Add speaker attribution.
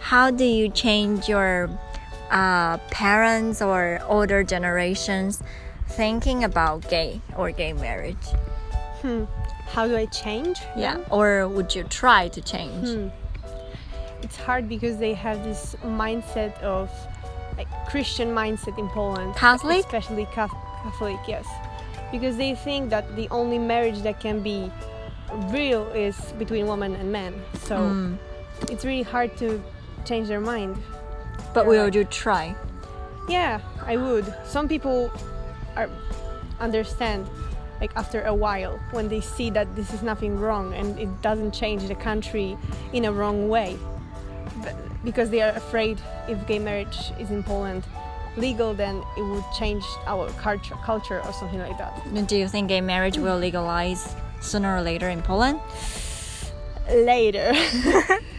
Speaker 1: how do you change your uh, parents or older generations thinking about gay or gay marriage?
Speaker 2: Hmm. How do I change?
Speaker 1: Yeah, or would you try to change?
Speaker 2: Hmm. It's hard because they have this mindset of like Christian mindset in Poland.
Speaker 1: Catholic?
Speaker 2: especially Cath- Catholic, yes, because they think that the only marriage that can be real is between woman and man. So
Speaker 1: Mm.
Speaker 2: it's really hard to change their mind.
Speaker 1: But
Speaker 2: You're
Speaker 1: will
Speaker 2: right.
Speaker 1: you try?
Speaker 2: Yeah, I would. Some people are understand like after a while when they see that this is nothing wrong and it doesn't change the country in a wrong way. But because they are afraid if gay marriage is in Poland legal then it would change our culture culture or something like that.
Speaker 1: Do you think gay marriage will legalize sooner or later in Poland?
Speaker 2: Later.